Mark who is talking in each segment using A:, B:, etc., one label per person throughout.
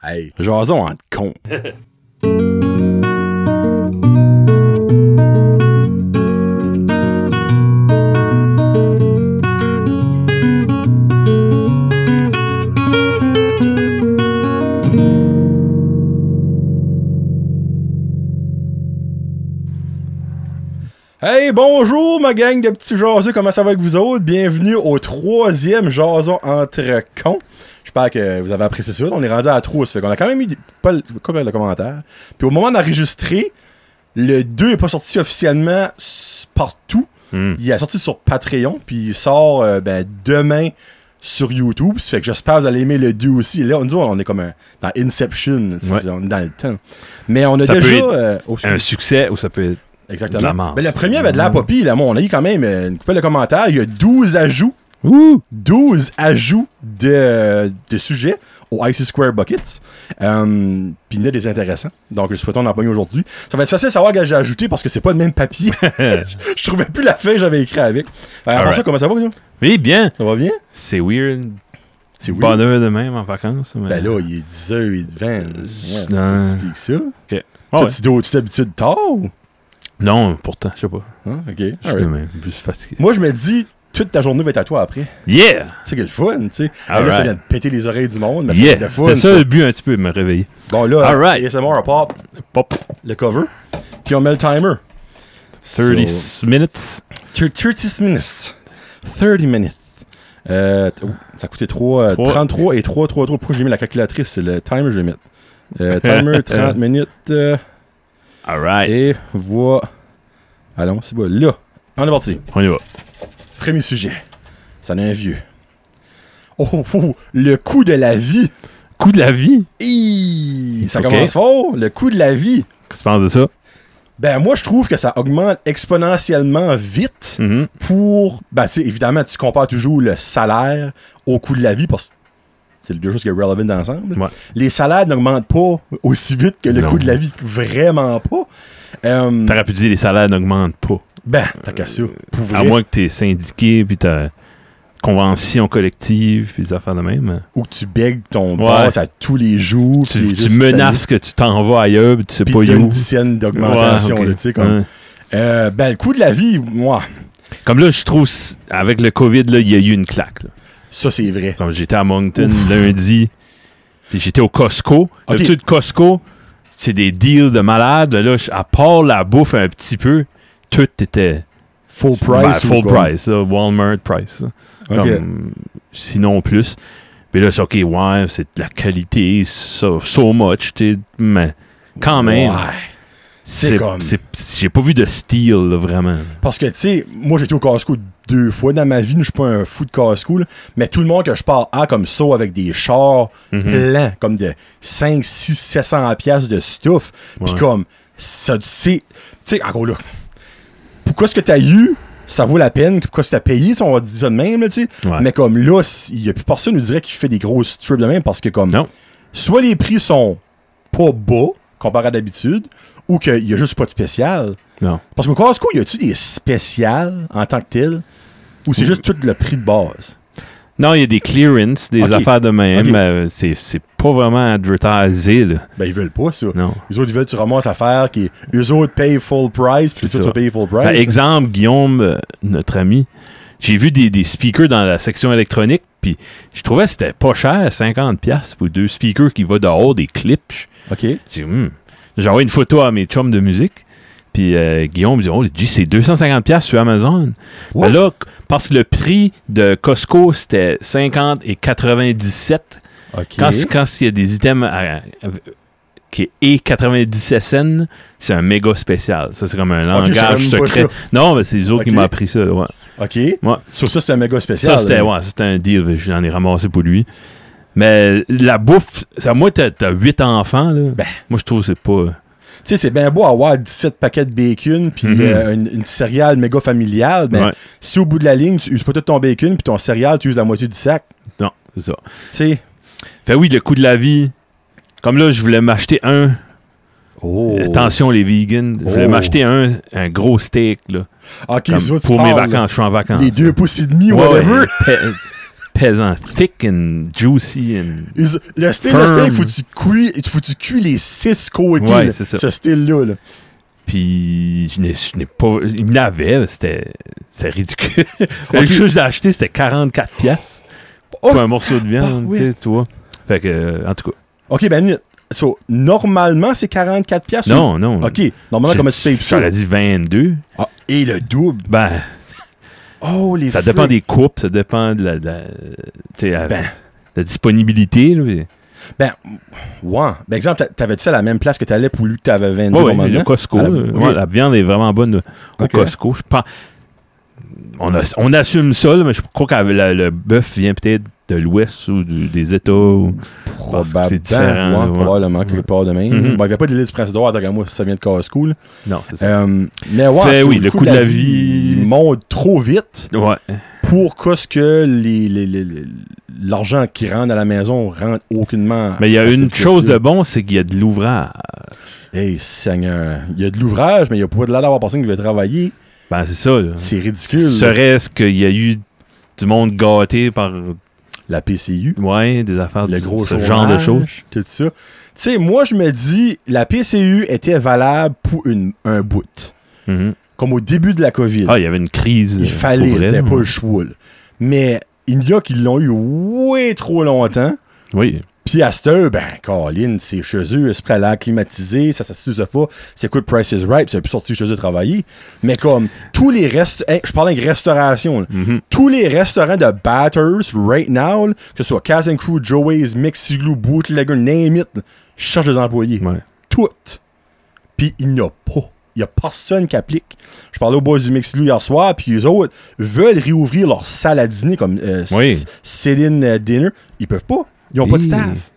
A: Hey, jason en con. Hey, bonjour ma gang de petits jaseux, comment ça va avec vous autres? Bienvenue au troisième jason entre cons. J'espère que vous avez apprécié ça. On est rendu à trois, ça fait qu'on a quand même eu des- pas le- pas mal de commentaires. Puis au moment d'enregistrer, le 2 est pas sorti officiellement s- partout.
B: Hmm.
A: Il est sorti sur Patreon, puis il sort euh, ben, demain sur YouTube. Ça fait que j'espère que vous allez aimer le 2 aussi. Là, nous, on est comme un- dans Inception, tu sais,
B: Ouais.
A: on est dans le temps. Mais on a
B: Ça peut
A: déjà...
B: être
A: euh, oh,
B: Un succès ou ça peut être. de la
A: Exactement.
B: marde.
A: Mais le premier avait de l'air pas pire, là. Moi, on a eu quand même euh, une couple de commentaires. Il y a 12 ajouts. 12 ajouts de, de sujets au IC Square Buckets. Euh, Puis il y en a des intéressants. Donc, je souhaite en pogner aujourd'hui. Ça va être facile à savoir que j'ai ajouté parce que c'est pas le même papier. je trouvais plus la feuille que j'avais écrit avec. Euh,
B: Alright.
A: François, comment ça va, vous?
B: Oui, bien.
A: Ça va bien?
B: C'est weird.
A: C'est oui.
B: Bonheur de même en vacances. Mais...
A: Ben là, il est 10h, il est 20. là. Ouais, c'est
B: Non.
A: pas si pire que ça.
B: Ah
A: Toi,
B: ouais.
A: tu dors- tu t'habitues tard ou?
B: Non, pourtant, je sais pas.
A: Hein? Ok.
B: Je suis
A: Alright.
B: de même. Juste fatigué.
A: Moi, je me dis, toute ta journée va être à toi après.
B: Yeah!
A: C'est que le fun, tu sais.
B: All
A: Là, ça
B: right.
A: vient de péter les oreilles du monde, mais
B: Yeah!
A: c'est le fun.
B: C'était ça,
A: ça.
B: le but un petit peu, de me réveiller.
A: Bon, là,
B: All right.
A: ASMR, on pop
B: Pop.
A: le cover, puis on met le timer.
B: 30
A: So,
B: minutes.
A: thir- 30 minutes. 30 minutes. Euh, t- ouh, ça a coûté 3,
B: Trois.
A: 33 et 3, 3, 3. Pourquoi j'ai mis la calculatrice C'est le timer que je vais mettre. Euh, timer 30 minutes. euh,
B: Alright.
A: et voilà. Allons, c'est bon. Là, on est parti.
B: On y va.
A: Premier sujet. Ça en est un vieux. Oh, oh, le coût de la vie.
B: Coup de la vie.
A: Hi! Ça
B: Ok.
A: commence fort, le coût de la vie.
B: Qu'est-ce que tu penses de ça?
A: Ben moi je trouve que ça augmente exponentiellement vite
B: Mhm.
A: pour ben tu sais évidemment tu compares toujours le salaire au coût de la vie parce que c'est les deux choses qui sont relevant ensemble.
B: Ouais.
A: Les salaires n'augmentent pas aussi vite que le
B: Non.
A: coût de la vie vraiment pas. Euh,
B: T'aurais pu dire les salaires n'augmentent pas.
A: ben t'as qu'à ça. Pour
B: euh, À
A: vrai.
B: moins que t'es syndiqué, puis t'as convention collective, puis des affaires de même.
A: ou que tu bègues ton
B: Ouais.
A: boss à tous les jours, puis
B: Tu,
A: il est
B: tu
A: juste
B: menaces que tu t'en vas ailleurs, puis tu sais
A: allé,
B: pas
A: puis il y a une
B: où.
A: dizaine d'augmentation
B: Ouais, ok.
A: là, tu sais, comme
B: Ouais.
A: Euh, ben le coût de la vie moi
B: Comme là, je trouve, c- avec le COVID, là, il y a eu une claque. là.
A: ça c'est vrai.
B: Comme j'étais à Moncton lundi, puis j'étais au Costco. D'habitude, Costco, c'est des deals de malades. Là, je- à part la bouffe un petit peu, tout était
A: Full price
B: ben,
A: ou
B: full
A: quoi?
B: price, là, Walmart price. là.
A: Ok.
B: Comme, sinon plus. Puis là, c'est OK, ouais, c'est de la qualité, so, so much, tu sais, mais quand même,
A: Ouais. c'est
B: c'est
A: comme-
B: c'est- c'est- j'ai pas vu de style, là, vraiment.
A: Parce que, tu sais, moi, j'étais au Costco deux fois dans ma vie. Je suis pas un fou de Costco, là. Mais tout le monde que je pars à comme ça, avec des chars
B: Mhm.
A: pleins, comme de 5, 6, 700 piastres de stuff. Puis
B: Ouais.
A: comme, ça, c'est... Tu sais, encore là, pourquoi est-ce que t'as eu... Ça vaut la peine, pourquoi est-ce que t'as payé, tu sais, on va dire ça de même, là, tu sais.
B: Ouais.
A: Mais comme là, s- il y a plus personne, nous dirait qu'il fait des grosses strips de même parce que, comme,
B: Non.
A: soit les prix sont pas bas comparé à d'habitude, ou qu'il y a juste pas de spécial.
B: Non.
A: Parce qu'au Costco, y a-tu des spéciales en tant que tel ou c'est juste tout le prix de base?
B: Non, il y a des clearance, des
A: Ok.
B: affaires de même.
A: Ok.
B: euh, c'est, c'est pas vraiment advertisé, là.
A: Ben, ils veulent pas ça.
B: Non.
A: Les autres, ils veulent que tu ramasses l'affaire qui est. Eux autres payent full price, puis
B: C'est
A: toi, tu
B: ça.
A: vas payer full
B: Par
A: price.
B: Ben, exemple, Guillaume, euh, notre ami, j'ai vu des, des speakers dans la section électronique, puis je trouvais que c'était pas cher, 50$ pour deux speakers qui vont dehors, des clips. Je-
A: OK.
B: J'ai dit, Hmm. J'ai envoyé une photo à mes chums de musique, puis euh, Guillaume dit, oh, dit, c'est 250$ sur Amazon.
A: What?
B: Mais là, c- parce que le prix de Costco, c'était 50 et 97.
A: OK.
B: Quand c- Quand il y a des items à- à- qui est 97 cents, c'est un méga spécial. Ça, c'est comme un
A: Ok, je savais
B: langage
A: même pas
B: secret. Non, mais c'est les autres qui
A: Ok.
B: m'ont appris ça. ouais.
A: OK.
B: Ouais.
A: Sur ça, c'était un méga spécial. hein.
B: Ça, c'était
A: là.
B: ouais, c'était un deal. J'en ai ramassé pour lui. Mais la bouffe, ça, moi, t'as t'as huit enfants. Là.
A: Ben.
B: Moi, je trouve que c'est pas.
A: Tu sais, c'est bien beau avoir 17 paquets de bacon, puis
B: Mhm.
A: euh, une, une céréale méga familiale, mais
B: Ouais.
A: si au bout de la ligne, tu uses pas tout ton bacon, puis ton céréale, tu uses la moitié du sac,
B: Non, c'est ça.
A: tu sais.
B: Fait oui, le coût de la vie. Comme là, je voulais m'acheter un.
A: Oh.
B: Attention, les vegans. Je voulais
A: Oh.
B: m'acheter un, un gros steak. Là,
A: OK,
B: Comme
A: ça, tu
B: pour mes
A: parles,
B: vacances. Je suis en
A: là.
B: vacances.
A: Les deux pouces et demi,
B: Ouais,
A: whatever.
B: ouais, pe- pesant, thick and juicy. And...
A: Ils- Le style, le
B: Firm.
A: style, faut que tu cuis, faut que tu cuis les six côtés.
B: Ouais,
A: là,
B: c'est ça.
A: Ce style-là. là.
B: Puis je n'ai, je n'ai pas. Il me l'avait, là, c'était, c'était ridicule. Le
A: Ok.
B: jeu que j'ai acheté, c'était 44 pièces pour un morceau de viande,
A: Oh! Ah, oui.
B: tu sais, tu vois. Fait que, euh, en tout cas.
A: Ok, ben, une minute. So, normalement, c'est 44$. piastres, ou-
B: Non, non.
A: Ok, normalement,
B: J'ai-
A: comment tu sais
B: J'aurais dit 22.
A: Ah, et le double.
B: Ben,
A: Oh, les
B: ça
A: fruits.
B: dépend des coupes, ça dépend de la, de la, tu sais, la-
A: Ben.
B: la disponibilité. là, mais-
A: Ouais. Ben, exemple, t'a- t'avais dit ça à la même place que t'allais pour lui que t'avais vendu
B: Ouais,
A: au moment
B: ouais, le
A: donné?
B: Costco.
A: Ah, la-
B: là, ouais,
A: ok.
B: la, viande est vraiment bonne euh, au
A: Ok.
B: Costco. Je pense. On, a- on assume ça, là, mais je crois que la- la- le bœuf vient peut-être de l'Ouest ou du- des États. ou- parce que
A: Probablement,
B: c'est différent,
A: Bah, ouais,
B: ouais.
A: probablement, quelque
B: Ouais.
A: part de même.
B: Mhm.
A: Bon, il n'y a pas de l'île du prince d'Or, d'après moi, si ça vient de Costco. là.
B: Non, c'est ça.
A: Euh, mais ouais,
B: Fait,
A: c'est-
B: oui, le coût de la vie-
A: monte trop vite
B: ouais.
A: pour qu'est-ce que les- les- les- les- l'argent qui rentre à la maison rentre aucunement.
B: Mais il y a
A: à
B: une
A: cette
B: chose de
A: caisse-là.
B: bon, c'est qu'il y a de l'ouvrage.
A: Hey, Seigneur. Il y a de l'ouvrage, mais il n'y a pas de l'air d'avoir personne qui veut travailler.
B: Ben, c'est ça. là.
A: C'est ridicule.
B: Serait-ce qu'il y a eu du monde gâté par
A: La PCU.
B: ouais, des affaires
A: Le
B: de
A: gros
B: ce genre de
A: chômage,
B: choses.
A: Tout ça. Tu sais, moi, je me dis, la PCU était valable pour une, un bout.
B: Mhm.
A: Comme au début de la COVID.
B: Ah, il y avait une crise.
A: Il
B: euh,
A: fallait,
B: pour vrai,
A: c'était
B: là.
A: pas le choix. là. Mais il y a qui l'ont eu way trop longtemps.
B: Oui.
A: Puis à cette heure, ben, Colin, c'est chez eux, ils se prennent à l'air climatisé, ça s'assure ça pas. C'est quoi le Price is Right, puis ça peut sortir chez eux travailler. Mais comme tous les restes, hey, je parle avec restauration, là.
B: Mhm.
A: tous les restaurants de batters right now, là, que ce soit Cast and Crew, Joey's, Mexiglou, Bootlegger, name it, là, je cherche des employés.
B: Ouais.
A: Toutes. Puis il n'y a pas. Il n'y a personne qui applique. Je parlais aux boys du Mexiglou hier soir, puis les autres veulent réouvrir leur salle à dîner comme euh,
B: Oui.
A: S- Céline euh, Dinner. Ils peuvent pas. Ils n'ont pas de
B: Hi.
A: staff.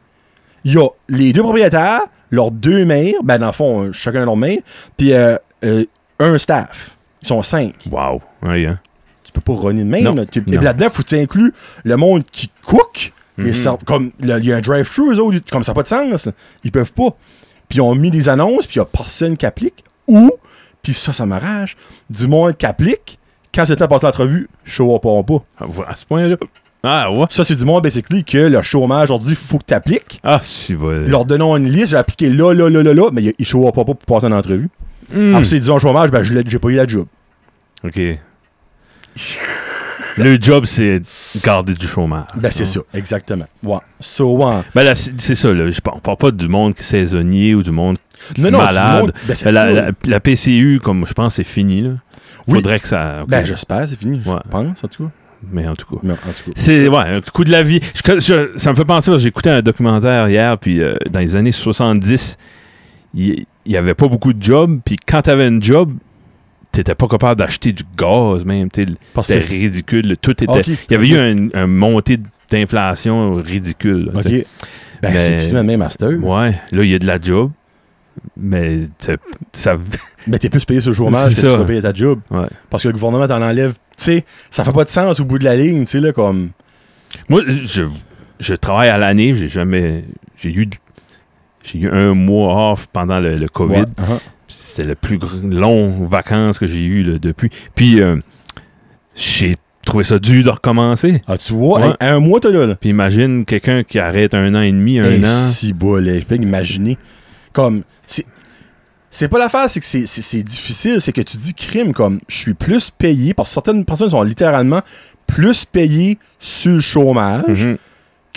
A: Il y a les deux propriétaires, leurs deux maires, ben dans le fond, euh, chacun leur maire, puis euh, euh, un staff. Ils sont cinq.
B: Wow. Oui, hein.
A: Tu peux pas runner de même.
B: Non.
A: là. Tu- Et puis
B: Non.
A: là-dedans, faut que tu inclues le monde qui cook. mais
B: Mhm.
A: ça- comme le- Il y a un drive-thru, eux autres, comme ça n'a pas de sens. Ils peuvent pas. Puis ils ont mis des annonces, puis il n'y a personne qui applique. Ou, puis ça, ça m'arrache, du monde qui applique, quand c'était passé l'entrevue, show up ou pas.
B: Ah, À ce point-là. Ah, ouais.
A: Ça, c'est du monde, basically, que le chômage, on dit, faut que tu appliques.
B: Ah, si, bon.
A: leur donnant une liste, j'ai appliqué là, là, là, là, là, mais ils show up pas pour passer une entrevue.
B: Hmm.
A: Après, c'est disons chômage, ben, je l'ai- j'ai pas eu la job. Ah.
B: OK. Le job, c'est garder du chômage.
A: Ben, c'est
B: Ah.
A: ça, exactement. Ouais. So, ouais.
B: Ben là, c'est c'est ça, là. Je par- on parle pas du monde saisonnier ou du monde.
A: Non, non,
B: Malade.
A: du monde- ben, c'est
B: La,
A: ça.
B: la- la PCU, comme je pense, c'est fini, là.
A: Oui.
B: Faudrait que ça. OK.
A: Ben, j'espère, c'est fini,
B: Ouais.
A: je pense, en tout cas.
B: Mais en tout cas.
A: Mais, en tout cas.
B: C'est ouais, un coup de la vie. Je- je- ça me fait penser parce que j'écoutais un documentaire hier puis euh, dans les années 70, il il y avait pas beaucoup de jobs puis quand tu avais un job, t'étais pas capable d'acheter du gaz même, tu sais,
A: Parce
B: c'était ridicule, le- tout était
A: Ok.
B: Il y avait eu un, un montée d'inflation ridicule. là,
A: OK.
B: tu sais.
A: Ben,
B: Mais-
A: c'est quasiment même master.
B: Ouais, là il y a de la job. Mais t'as- ça
A: Mais Ben, t'es plus payé sur le chômage
B: C'est
A: que tu
B: ça.
A: vas payer ta job.
B: Ouais.
A: Parce que le gouvernement t'en enlève. Tu sais, ça fait pas de sens au bout de la ligne, tu sais, là, comme.
B: Moi, je, je travaille à l'année, j'ai jamais. J'ai eu de- j'ai eu un mois off pendant le, le COVID.
A: Ouais. Uh-huh.
B: C'était le plus gr- long vacances que j'ai eu là, depuis. Puis euh, j'ai trouvé ça dur de recommencer.
A: Ah, tu vois,
B: Ouais.
A: hey, à un mois, t'as là, là.
B: Puis imagine quelqu'un qui arrête un an et demi, un
A: Hey,
B: an.
A: Si bas, là. Je peux imaginer. Comme. C'est c'est pas l'affaire, c'est que c'est- c'est c'est difficile. C'est que tu dis crime, comme. Je suis plus payé. Parce que certaines personnes sont littéralement plus payées sur le chômage.
B: Mhm.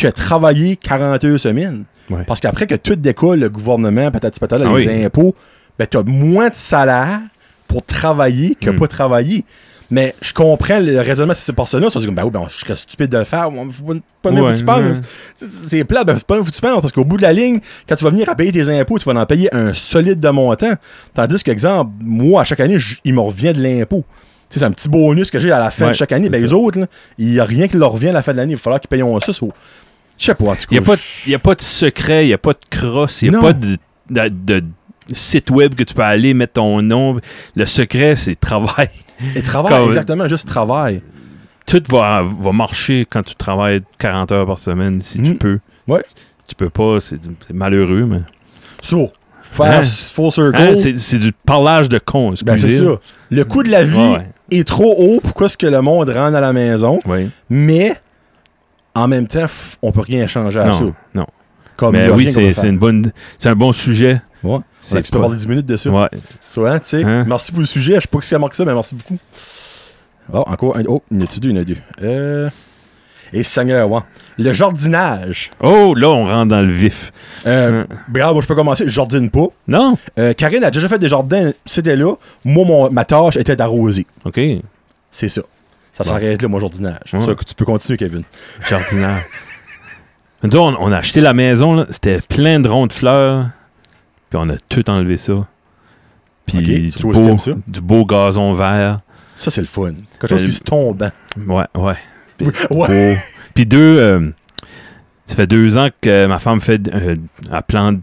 A: que travailler 40 heures semaine.
B: Ouais.
A: Parce qu'après que tout décolle, le gouvernement, patati patata,
B: Ah
A: les
B: oui.
A: impôts, ben, tu as moins de salaire pour travailler que
B: Hmm.
A: pas travailler. Mais je comprends le raisonnement de ces personnes-là. Ça, c'est comme, ben oui, ben, je serais stupide de le faire. Moi, faut Pas pas même
B: Ouais,
A: où tu penses.
B: ouais.
A: C'est- C'est plat, ben, c'est pas même où tu penses. Parce qu'au bout de la ligne, quand tu vas venir à payer tes impôts, tu vas en payer un solide de montant. Tandis qu'exemple, moi, à chaque année, j- il me revient de l'impôt. Tu sais, C'est un petit bonus que j'ai à la fin
B: Ouais,
A: de chaque année. Ben,
B: c'est
A: les autres, là, il n'y a rien qui leur revient à la fin de l'année. Il va falloir qu'ils payent ça. so- Je sais pas, en tout cas.
B: Il n'y a, pas de- il y a pas de secret, il n'y a pas de crosse, il n'y a
A: Non.
B: pas de, de- de site web que tu peux aller mettre ton nom. Le secret, c'est travail.
A: Et travail,
B: Quand-
A: exactement, juste travail.
B: Tout va, va marcher quand tu travailles 40 heures par semaine, si tu
A: Mhm.
B: peux.
A: Ouais.
B: Tu peux pas, c'est c'est malheureux, mais.
A: So, faire
B: Hein?
A: full circle.
B: Hein, c'est c'est du parlage de con,
A: ben, c'est
B: excusez.
A: ça. Le coût de la vie
B: Ouais, ouais.
A: est trop haut. Pourquoi est-ce que le monde rentre à la maison?
B: Oui.
A: Mais en même temps, f- on peut rien changer à Ah, ça.
B: Non, non.
A: Comme il
B: Mais
A: y a
B: oui,
A: rien qu'on peut
B: c'est
A: faire.
B: c'est une bonne, c'est un bon sujet.
A: Ouais. On a
B: c'est
A: tu peux
B: pas-
A: parler 10 minutes dessus.
B: Ouais.
A: So, hein, tu sais,
B: Hein?
A: Merci pour le sujet. Je sais pas si ça marque ça, mais merci beaucoup. Oh, encore un. Oh, il y en a-tu deux, il y en a deux. Euh... Et Seigneur, ouais. Le jardinage.
B: Oh, là, on rentre dans le vif.
A: Euh,
B: Hein.
A: ben, alors, moi, je peux commencer. Je jardine pas.
B: Non?
A: Euh, Karine a déjà fait des jardins. C'était là. Moi, mon- ma tâche était d'arroser.
B: OK.
A: C'est ça. Ça
B: Bon.
A: s'arrête là, mon jardinage.
B: Ouais.
A: Ça, tu peux continuer, Kevin.
B: Jardinage. Nous autres, on, on a acheté la maison, là, c'était plein de ronds de fleurs, puis on a tout enlevé ça. Puis
A: Ok,
B: du,
A: tu vois, c'était
B: beau,
A: ça.
B: du beau gazon vert.
A: Ça, c'est le fun. Quelque chose
B: Euh,
A: qui se tombe. hein.
B: Ouais, ouais.
A: Mm. Ouais.
B: Beau. Puis deux, euh, ça fait deux ans que ma femme fait, euh, elle plante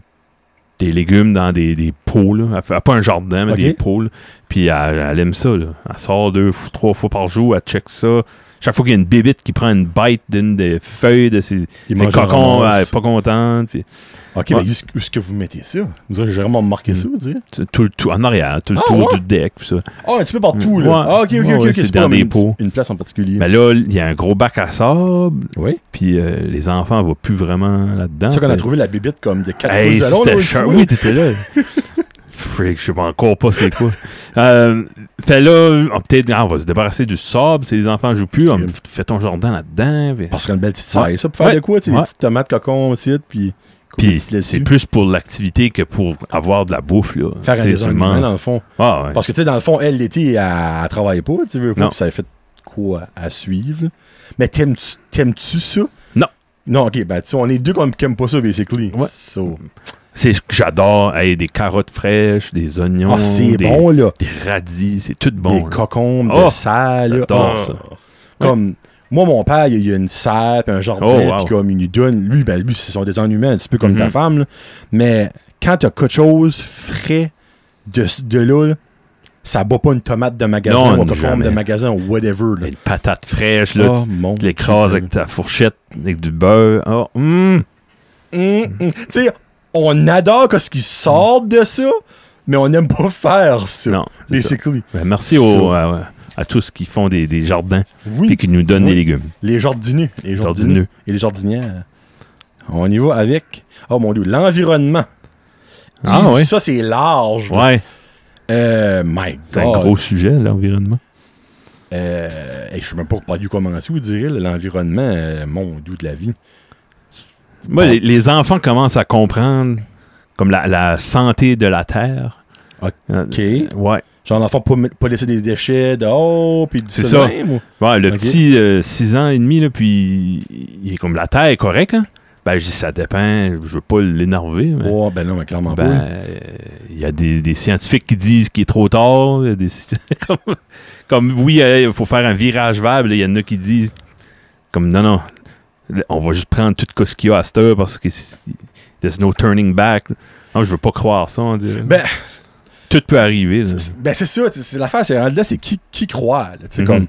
B: des légumes dans des, des pots, là. Elle fait- elle a pas un jardin, mais
A: Ok.
B: des pots, là. Puis elle, elle aime ça, là. Elle sort deux, f- trois fois par jour, elle check ça. Chaque fois qu'il y a une bébite qui prend une bite d'une des feuilles de ses,
A: Il
B: ses
A: mange un
B: cocons,
A: ananas.
B: elle est pas contente. Puis
A: Ok,
B: Ouais.
A: mais où est-ce où est-ce que vous mettez ça? Hmm. Nous autres, J'ai vraiment marqué
B: Mm.
A: ça, tu sais.
B: tu- tout, le tout en arrière, tout le
A: Ah,
B: tour
A: ouais?
B: du deck. puis ça.
A: Ah, un petit peu partout, là.
B: Ouais.
A: Ah, ok, ok,
B: Ouais,
A: ok,
B: ouais,
A: ok.
B: c'est
A: C'est pas
B: dans
A: comme
B: des
A: une,
B: pots.
A: une place en particulier.
B: Mais là, il y a un gros bac à sable,
A: oui.
B: puis euh, les enfants ne vont plus vraiment là-dedans.
A: C'est ça qu'on a
B: Fait-
A: trouvé la bibite comme de 4
B: Hey,
A: pouces de long.
B: c'était
A: là, au
B: cher.
A: fond, là.
B: Oui, t'étais là. Freak, je sais pas encore pas c'est quoi. Euh, fait là, on, peut-être, ah, on va se débarrasser du sable si les enfants jouent plus. On
A: Crime.
B: fait ton jardin là-dedans. puis-
A: Parce qu'on a une belle petite saille, ça, pour faire
B: Ouais.
A: de quoi? Tu sais,
B: Ouais.
A: des petites tomates, cocons, aussi, puis. couper des
B: Puis
A: petites laitues.
B: c'est plus pour l'activité que pour avoir de la bouffe. Là.
A: Faire un
B: T'sais, tu
A: désordre,
B: manges.
A: dans le fond.
B: Ah, ouais.
A: Parce que, tu sais, dans le fond, elle, l'été, elle, elle travaille pas, tu veux pas,
B: Non.
A: puis ça a fait quoi à suivre. là. Mais t'aimes-tu t'aimes-tu ça?
B: Non.
A: Non, ok, ben, tu sais, on est deux comme qui aiment pas ça, basically.
B: Ouais.
A: So-
B: C'est ce que j'adore. Hey, des carottes fraîches, des oignons,
A: Ah, c'est
B: des,
A: bon, là.
B: des radis, c'est tout bon.
A: des
B: là.
A: cocombes,
B: Oh,
A: des salles. là.
B: j'adore
A: Ah.
B: ça.
A: Comme, moi, mon père, il y a une salle, puis un jardin,
B: Oh, wow.
A: puis comme, il nous donne, lui, ben, lui, c'est son design humain, un petit peu comme
B: Mhm.
A: ta femme, là. Mais quand t'as quelque chose frais de, de là, là, ça bat pas une tomate de magasin,
B: Non,
A: ou un cocombe
B: jamais.
A: de magasin, ou whatever, là.
B: Des patates fraîches, là,
A: Oh,
B: tu-
A: mon
B: tu l'écrases
A: Dieu.
B: avec ta fourchette, avec du beurre. Ah, hum.
A: Mm, mm. Tu sais, on adore que ce qui sort de ça, mais on n'aime pas faire ça.
B: Non, c'est ça.
A: Basically.
B: Ben, merci au- à, à tous qui font des, des jardins et
A: Oui,
B: qui nous donnent
A: Oui.
B: des légumes.
A: les jardiniers. Les jardiniers.
B: Jardineux.
A: Et les jardinières. On y va avec. Oh mon dieu, l'environnement.
B: Ah
A: Et
B: ouais.
A: Ça, c'est large.
B: Ouais,
A: Euh, my God.
B: c'est un gros sujet, l'environnement.
A: Euh, hey, je sais même pas par où commencer, vous direz, là, l'environnement, euh, mon dieu de la vie.
B: Moi,
A: Bon.
B: les, les enfants commencent à comprendre comme la, la santé de la terre.
A: Ok.
B: Euh,
A: OK.
B: Ouais.
A: Genre, l'enfant, pas, mettre- pas laisser des déchets dehors, puis du
B: C'est
A: ça.
B: ça. Ouais, le
A: Ok.
B: petit 6 ans et demi, là, puis il est comme la terre est correcte. Hein? Ben, je dis, ça dépend, je veux pas l'énerver. Mais...
A: Oh, ben non, mais clairement
B: Ben,
A: pas.
B: euh, il y a des, des scientifiques qui disent qu'il est trop tard. il y a des- comme, comme, oui, euh, il faut faire un virage vert. mais là, Il y en a qui disent, comme non, non, on va juste prendre tout ce qu'il y a à cette heure parce que c'est- there's no turning back. Non, je veux pas croire ça. on dirait.
A: Ben,
B: tout peut arriver. là.
A: C'est- Ben, c'est ça, tu sais, c'est l'affaire, c'est là, c'est qui, qui croit, là, tu sais,
B: Mhm.
A: comme.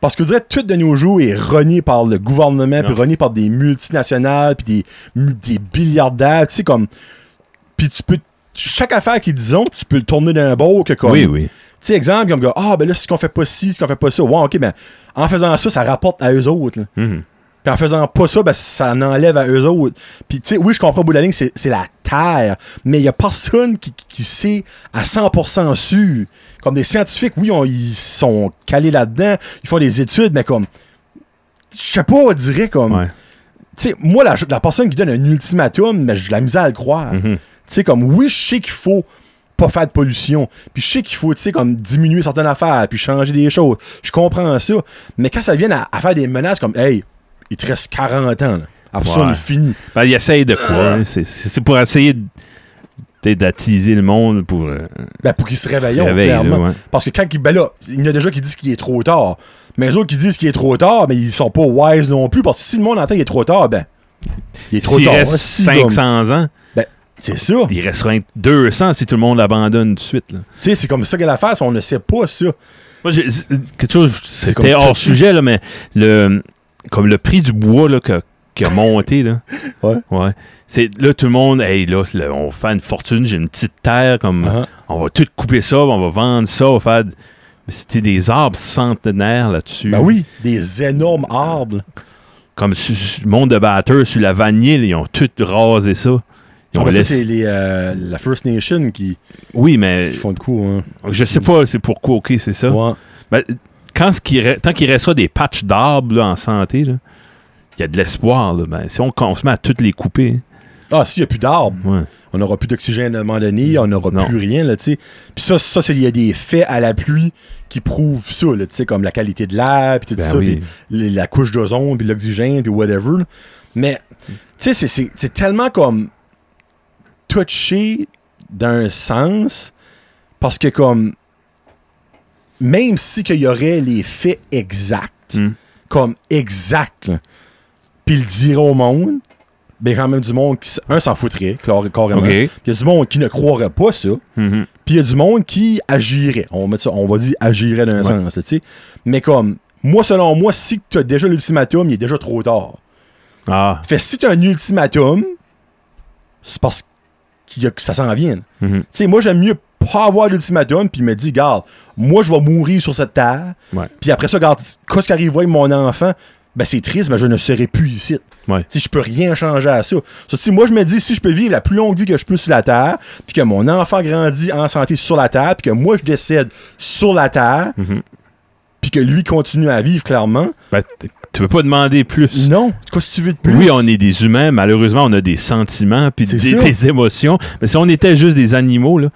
A: Parce que je dirais, tout de nos jours est renié par le gouvernement, puis
B: Non.
A: renié par des multinationales, puis des, mu- des milliardaires, tu sais, comme. Puis tu peux. Chaque affaire qu'ils disons, tu peux le tourner d'un bord que comme.
B: Oui, oui.
A: Tu sais, exemple, comme, ah, ben là, ce qu'on fait pas ci, ce qu'on fait pas ça. Ouais, ok, ben, en faisant ça, ça rapporte à eux autres, là.
B: Mhm.
A: Puis en faisant pas ça, ben, ça en enlève à eux autres. Puis tu sais, oui, je comprends au bout de la ligne, c'est c'est la terre. Mais il y a personne qui, qui- qui sait à 100% sûr. Comme des scientifiques, oui, on- ils sont calés là-dedans. Ils font des études, mais comme. Je sais pas, on dirait comme.
B: Ouais.
A: Tu sais, moi, la, la personne qui donne un ultimatum, mais j'ai de la misère à le croire. Tu
B: Mhm.
A: sais, comme, oui, je sais qu'il faut pas faire de pollution. Puis je sais qu'il faut, tu sais, comme, diminuer certaines affaires, puis changer des choses. Je comprends ça. Mais quand ça vient à, à faire des menaces comme, hey, il te reste 40 ans, là. Après ça,
B: Ouais.
A: on est fini.
B: Ben, il essaye de quoi
A: Euh.
B: hein. C'est- C'est c'est pour essayer de- peut-être d'attiser le monde pour euh,
A: Ben, pour qu'ils se réveillent,
B: réveil, là,
A: clairement.
B: ouais.
A: Parce que quand ils, ben là, il y en a déjà qui disent qu'il est trop tard. Mais les autres qui disent qu'il est trop tard, mais ils sont pas wise non plus. Parce que si le monde entend qu'il est trop tard, ben, il est trop
B: S'il
A: tard.
B: reste
A: hein, si, comme-
B: 500 ans,
A: C'est ça. Tu
B: il restera 200 si tout le monde l'abandonne tout de suite. là.
A: sais, c'est comme ça qu'elle a fait, on ne sait pas ça.
B: Moi, j'ai- c'est- quelque chose,
A: comme
B: c'était
A: tout-
B: hors sujet, là, mais le, comme le prix du bois là, que- qui a monté, là.
A: Ouais.
B: Ouais. C'est, là, tout le monde, hey, là, là, on fait une fortune, j'ai une petite terre, comme,
A: Uh-huh.
B: on va tout couper ça, on va vendre ça, on va faire. d- Bah
A: Bah
B: Mais c'était des arbres centenaires là-dessus.
A: Ben oui, des énormes arbres.
B: comme su- su- monde de batteurs sur la vanille, ils ont tout rasé ça. Ils ont
A: Ah, ben, ça,
B: laissé-
A: c'est les, euh, la First Nation qui,
B: Oui,
A: qui
B: mais
A: font le coup. Hein.
B: je sais pas c'est pourquoi, ok, c'est ça.
A: Ouais.
B: Ben, quand ce qu'il re- tant qu'il reste ça des patchs d'arbres là, en santé, là, il y a de l'espoir. là. Ben, si on, on se met à toutes les couper,
A: Ah, s'il n'y a plus d'arbres,
B: hein. Ouais.
A: on n'aura plus d'oxygène à un moment donné, on n'aura
B: Non.
A: plus rien, là, tu sais. Puis ça, ça, c'est- il y a des faits à la pluie qui prouvent ça, là, tu sais, comme la qualité de l'air, puis tout
B: Ben
A: ça,
B: oui.
A: puis les- la couche d'ozone, puis l'oxygène, puis whatever. là. Mais, tu sais, c'est- c'est- c'est tellement comme touché d'un sens, parce que comme, même si qu'il y aurait les faits exacts,
B: Mm.
A: comme exacts, là, puis le dire au monde, ben quand même du monde qui, s- un, s'en foutrait, clar- carrément.
B: Ok.
A: Puis il y a du monde qui ne croirait pas ça.
B: Mhm.
A: Puis il y a du monde qui agirait. On va, mettre ça- on va dire agirait d'un
B: Ouais.
A: sens, tu sais. Mais comme, moi, selon moi, si tu as déjà l'ultimatum, il est déjà trop tard.
B: Ah.
A: Fait si tu as un ultimatum, c'est parce qu'il y a, que ça s'en vient.
B: Mhm.
A: Tu sais, moi, j'aime mieux pas avoir l'ultimatum, puis me dire, garde, moi, je vais mourir sur cette terre.
B: Ouais.
A: Puis après ça, garde, qu'est-ce qui arrivera avec mon enfant? Ben, c'est triste, mais je ne serai plus ici.
B: Ouais.
A: Tu sais, je peux rien changer à ça. Ça, tu sais, moi, je me dis, si je peux vivre la plus longue vie que je peux sur la Terre, puis que mon enfant grandit en santé sur la Terre, puis que moi, je décède sur la Terre,
B: Mhm.
A: puis que lui continue à vivre clairement,
B: Ben, t- tu peux pas demander plus.
A: non. Qu'est-ce que tu veux de plus?
B: Oui, on est des humains. Malheureusement, on a des sentiments puis
A: C'est
B: des,
A: sûr.
B: des émotions. Mais si on était juste des animaux, là,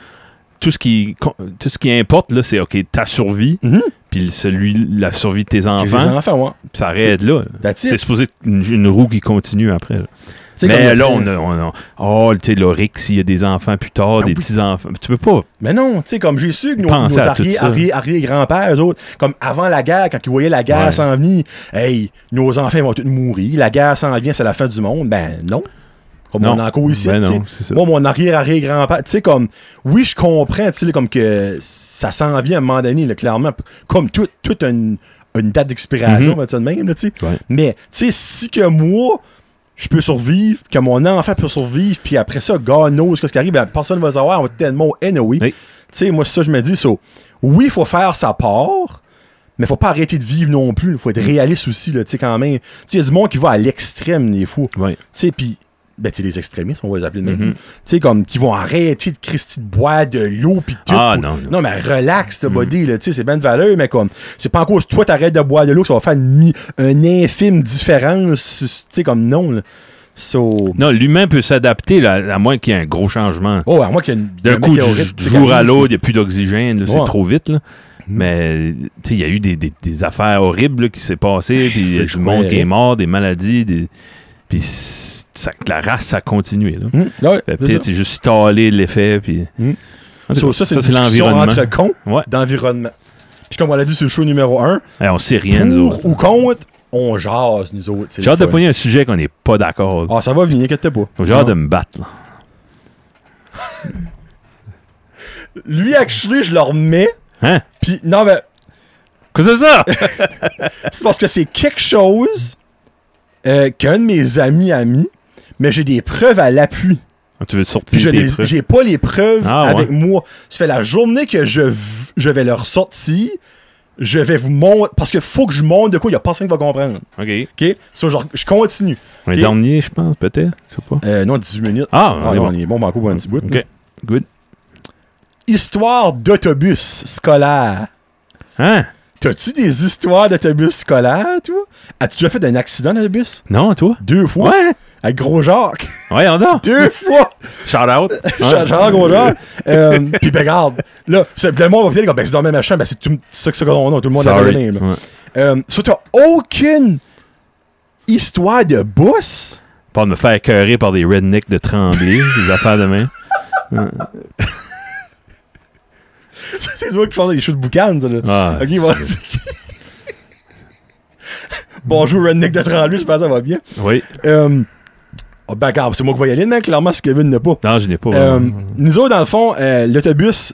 B: tout, ce qui, con- tout ce qui importe, là, c'est OK, ta survie,
A: Mhm.
B: puis celui, la survie de tes enfants,
A: Des enfants, ouais.
B: ça arrête là.
A: That's it.
B: C'est supposé être une, une roue qui continue après. là.
A: Tu sais,
B: Mais
A: comme-
B: là, on a, on a- Oh, tu sais, l'orix, s'il y a des enfants plus tard,
A: Ah
B: des
A: oui.
B: petits-enfants. Tu peux pas.
A: Mais non, tu sais, comme j'ai su que nos,
B: Pensez
A: nos
B: à tout
A: arrière,
B: ça.
A: arrière, arrière grands-pères, eux autres, comme avant la guerre, quand ils voyaient la guerre
B: Ouais.
A: s'en venir, hey, nos enfants vont tous mourir, la guerre s'en vient, c'est la fin du monde. Ben non. Comme
B: Non.
A: on est encore ici,
B: Ben
A: tu sais.
B: non, c'est ça.
A: Moi, mon arrière-arrière-grand-père, tu sais, comme, oui, je comprends, tu sais, comme que ça s'en vient à un moment donné, là, clairement, p- comme toute tout toute une, une date d'expiration,
B: Mhm.
A: on va dire de même, là, tu sais.
B: Ouais.
A: Mais, tu sais, si que moi, je peux survivre, que mon enfant peut survivre, puis après ça, God knows ce qui arrive, ben, personne ne va savoir, on va tellement anyway.
B: Oui.
A: Tu sais, moi, c'est ça, que je me dis, so, oui, il faut faire sa part, mais faut pas arrêter de vivre non plus. Il faut être réaliste aussi, là, tu sais, quand même. Tu sais, il y a du monde qui va à l'extrême, des fois.
B: Ouais.
A: Tu sais, puis, ben, tu sais, les extrémistes, on va les appeler de même.
B: Mhm.
A: Tu sais, comme, qui vont arrêter de Christy de boire de l'eau, puis tout.
B: Ah,
A: Ou-
B: non, Mhm. non.
A: Non, mais relax, le body, là, tu sais, c'est bien de valeur, mais comme, c'est pas en cause, toi, t'arrêtes de boire de l'eau, ça va faire une, mi- une infime différence, tu sais, comme, non, là. So.
B: Non, l'humain peut s'adapter, là, à moins qu'il y ait un gros changement.
A: Oh, à moi qu'il y a une.
B: D'un
A: un
B: coup, du,
A: météorite
B: du
A: qui
B: jour à
A: arrive.
B: l'autre, il n'y a plus d'oxygène, là, c'est
A: Ouais. Mm-hmm.
B: trop vite. Là. Mais tu sais, il y a eu des, des- des affaires horribles là, qui s'est passées, puis il y a
A: Fait Ah, que
B: du
A: je hein.
B: monde
A: croyais.
B: qui est mort, des maladies, des... puis c- ça, la race, ça a continué. Là.
A: Hmm, ouais,
B: Fait
A: c'est
B: Ben, Peut-être c'est juste staller l'effet, puis...
A: Mm.
B: En tout
A: So,
B: cas,
A: ça, c'est une discussion entre cons
B: Ouais.
A: d'environnement. Puis comme on l'a dit sur le show numéro 1,
B: Eh, on sait rien, nous autres.
A: pour ou contre, on jase, nous autres. c'est
B: J'ai hâte
A: le
B: de
A: fun.
B: pogner un sujet qu'on n'est pas d'accord.
A: Ah, ça va venir, inquiète pas.
B: J'ai hâte
A: Non.
B: de me battre. là.
A: Lui, actually, je le remets.
B: Hein?
A: Puis, non, mais
B: Qu'est-ce que c'est ça?
A: c'est parce que c'est quelque chose euh, qu'un de mes amis a mis, mais j'ai des preuves à l'appui.
B: tu
A: Puis je
B: veux sortir
A: n'ai-
B: tes trucs?
A: j'ai pas les preuves
B: Ah, ouais.
A: avec moi. Ça fait la journée que je, v- je vais leur sortir, je vais vous montrer. Parce que faut que je montre de quoi, il n'y a personne qui va comprendre.
B: OK.
A: OK? So, genre, je continue.
B: Un
A: Ok.
B: dernier, je pense, peut-être. Je sais pas.
A: Euh, non, 18 minutes. Ah,
B: Ah, on est
A: non,
B: bon.
A: on est bon, banco, pour un petit bout. là.
B: OK. Good.
A: Histoire d'autobus scolaire.
B: Hein?
A: T'as-tu des histoires d'autobus scolaire, toi? As-tu déjà fait un accident d'autobus?
B: Non, toi?
A: Deux fois.
B: Ouais.
A: Avec Gros Jacques.
B: Ouais, on dort.
A: Deux fois!
B: Shout out.
A: Jean- Jean Gros Jacques. Euh, Pis ben regarde, là, c'est- le monde va peut-être dire, ben c'est dans le même chambre, ben c'est tout- c'est ça que c'est qu'on a, tout le monde a le
B: Sorry.
A: même. là.
B: Ouais.
A: Euh, ça, t'as aucune histoire de bus?
B: Pas de me faire écœurer par des rednecks de Tremblay, des affaires de main.
A: c'est eux qui font des shows de boucan, ça, là.
B: Ah,
A: ok, bon. Bonjour, Redneck de 38, je pense que ça va bien.
B: Oui.
A: Euh, oh, ben, regarde, c'est moi qui vais y aller, mais clairement, ce Kevin n'a pas.
B: Non, je n'ai pas. hein.
A: Euh,
B: vraiment.
A: nous autres, dans le fond, euh, l'autobus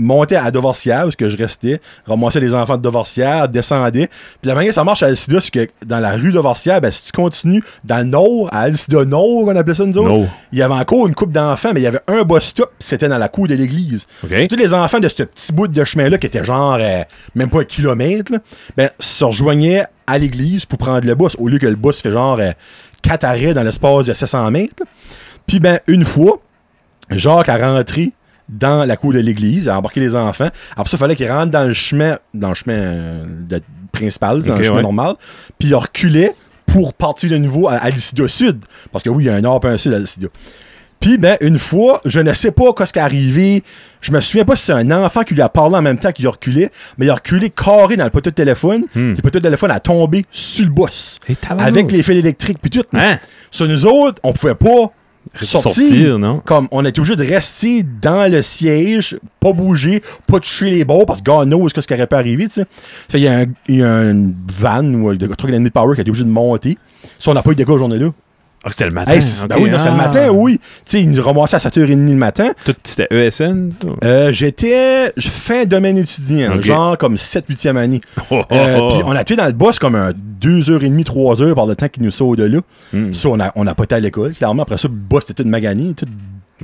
A: montait à Dovorcière, où est-ce que je restais, ramassait les enfants de Dovorcière, descendait. Puis la manière que ça marche à Alcida, c'est que dans la rue Dovorcière, ben, si tu continues dans le nord, à Alcida Nord, on appelait ça nous autres,
B: No.
A: il y avait encore une coupe d'enfants, mais il y avait un bus stop, puis c'était dans la cour de l'église.
B: OK.
A: Tous les enfants de ce petit bout de chemin-là, qui était genre euh, même pas un kilomètre, là, ben, se rejoignaient à l'église pour prendre le bus, au lieu que le bus fait genre euh, quatre arrêts dans l'espace de 700 mètres. Puis ben, une fois, Jacques a rentré dans la cour de l'église, a embarqué les enfants. Après ça, il fallait qu'il rentre dans le chemin, dans le chemin euh, de- principal, dans
B: Ok,
A: le chemin
B: ouais.
A: normal, puis il reculait pour partir de nouveau à, à l'Issido Sud. Parce que oui, il y a un nord et un sud à l'Issido. Puis, ben, une fois, je ne sais pas qu'est-ce qui est arrivé. Je me souviens pas si c'est un enfant qui lui a parlé en même temps qu'il a reculé, mais il a reculé carré dans le poteau de téléphone.
B: Hmm. Ah.
A: Puis Le poteau de téléphone a tombé sur le boss.
B: Et tabarnak.
A: Avec les fils électriques, puis tout.
B: Hein?
A: Sur nous autres, on pouvait pas sortir.
B: non?
A: Comme on était obligé de rester dans le siège, pas bouger, pas toucher les bords, parce que God knows qu'est-ce qui aurait pu arriver, tu sais. Fait qu'il y a un- il y, a une van ou un truc d'ennemi power qui a été obligé de monter. Ça, on n'a pas eu de quoi la journée-là.
B: Ah, c'était le matin.
A: Hey, c'est-
B: ok.
A: ben oui, non, c'est le
B: Ah.
A: matin, oui. Tu sais, ils nous ramassaient à 7h30 le matin.
B: Tout- C'était ESN? ça?
A: Euh, J'étais fin domaine étudiant,
B: Ok.
A: genre comme 7-8e année.
B: Oh, oh,
A: Euh,
B: oh.
A: Puis on a été dans le boss comme un 2h30, 3h par le temps qu'ils nous sautent de là.
B: Hmm.
A: Ça, on a, on a pas été à l'école, clairement. Après ça, le boss, c'était toute maganie. Tout...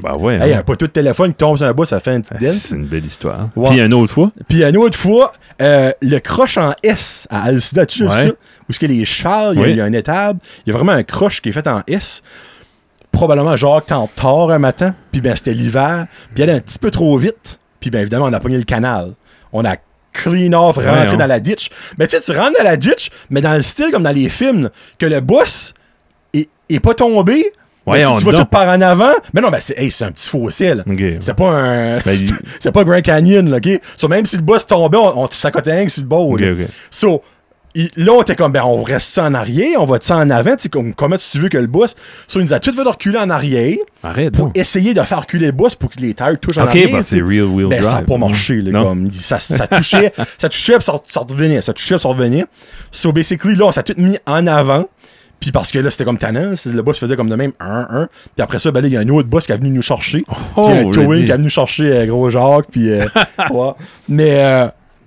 B: Ben ouais.
A: Hey,
B: hein.
A: un poteau de téléphone qui tombe sur un boss, ça fait un petit
B: Ah,
A: dent.
B: C'est une belle histoire.
A: Ouais.
B: Puis une autre fois,
A: Puis une autre fois, euh, le croche en S à Alcida, tu sais
B: Ouais.
A: ça? Où est-ce qu'il y a les chevals, il y a-
B: Oui.
A: il y, a un étable, il y a vraiment un croche qui est fait en S. Probablement genre quand tard un matin, puis ben c'était l'hiver, puis elle allait un petit peu trop vite, puis ben évidemment on a pogné le canal. On a clean off, rentré
B: Ouais, hein.
A: dans la ditch. Mais tu sais, tu rentres dans la ditch, mais dans le style comme dans les films, là, que le boss est, est pas tombé, mais si
B: Voyons
A: tu vas tout
B: donc.
A: par en avant, mais non, ben c'est hey, c'est un petit fossile.
B: Ok.
A: C'est pas un.
B: Ben, il-
A: c'est pas Grand Canyon, là, OK? So, même si le boss tombait, on, on s'accotait un sur le bord.
B: Ok,
A: là.
B: ok.
A: So, il- là, on était comme, ben, on reste ça en arrière, on va de ça en avant, tu sais, comme, comment tu veux que le boss. So, il nous a tout fait de reculer en arrière
B: Arrête.
A: pour
B: donc.
A: essayer de faire reculer le boss pour que les tires touchent en
B: Ok,
A: arrière.
B: ben
A: tu sais.
B: c'est real wheel
A: Ben,
B: drive.
A: ça n'a pas marché, là,
B: Non.
A: comme, il- ça, ça touchait, ça touchait, puis ça, ça revenait, ça touchait, puis ça revenait. So, basically, là, on s'est tout mis en avant, puis parce que là, c'était comme tannant, c'est- le boss faisait comme de même 1-1, puis après ça, ben là, il y a un autre boss qui est venu nous chercher,
B: Oh,
A: puis un Towing
B: Randy.
A: qui est venu chercher euh, Gros Jacques, puis euh, ouais. Mais euh,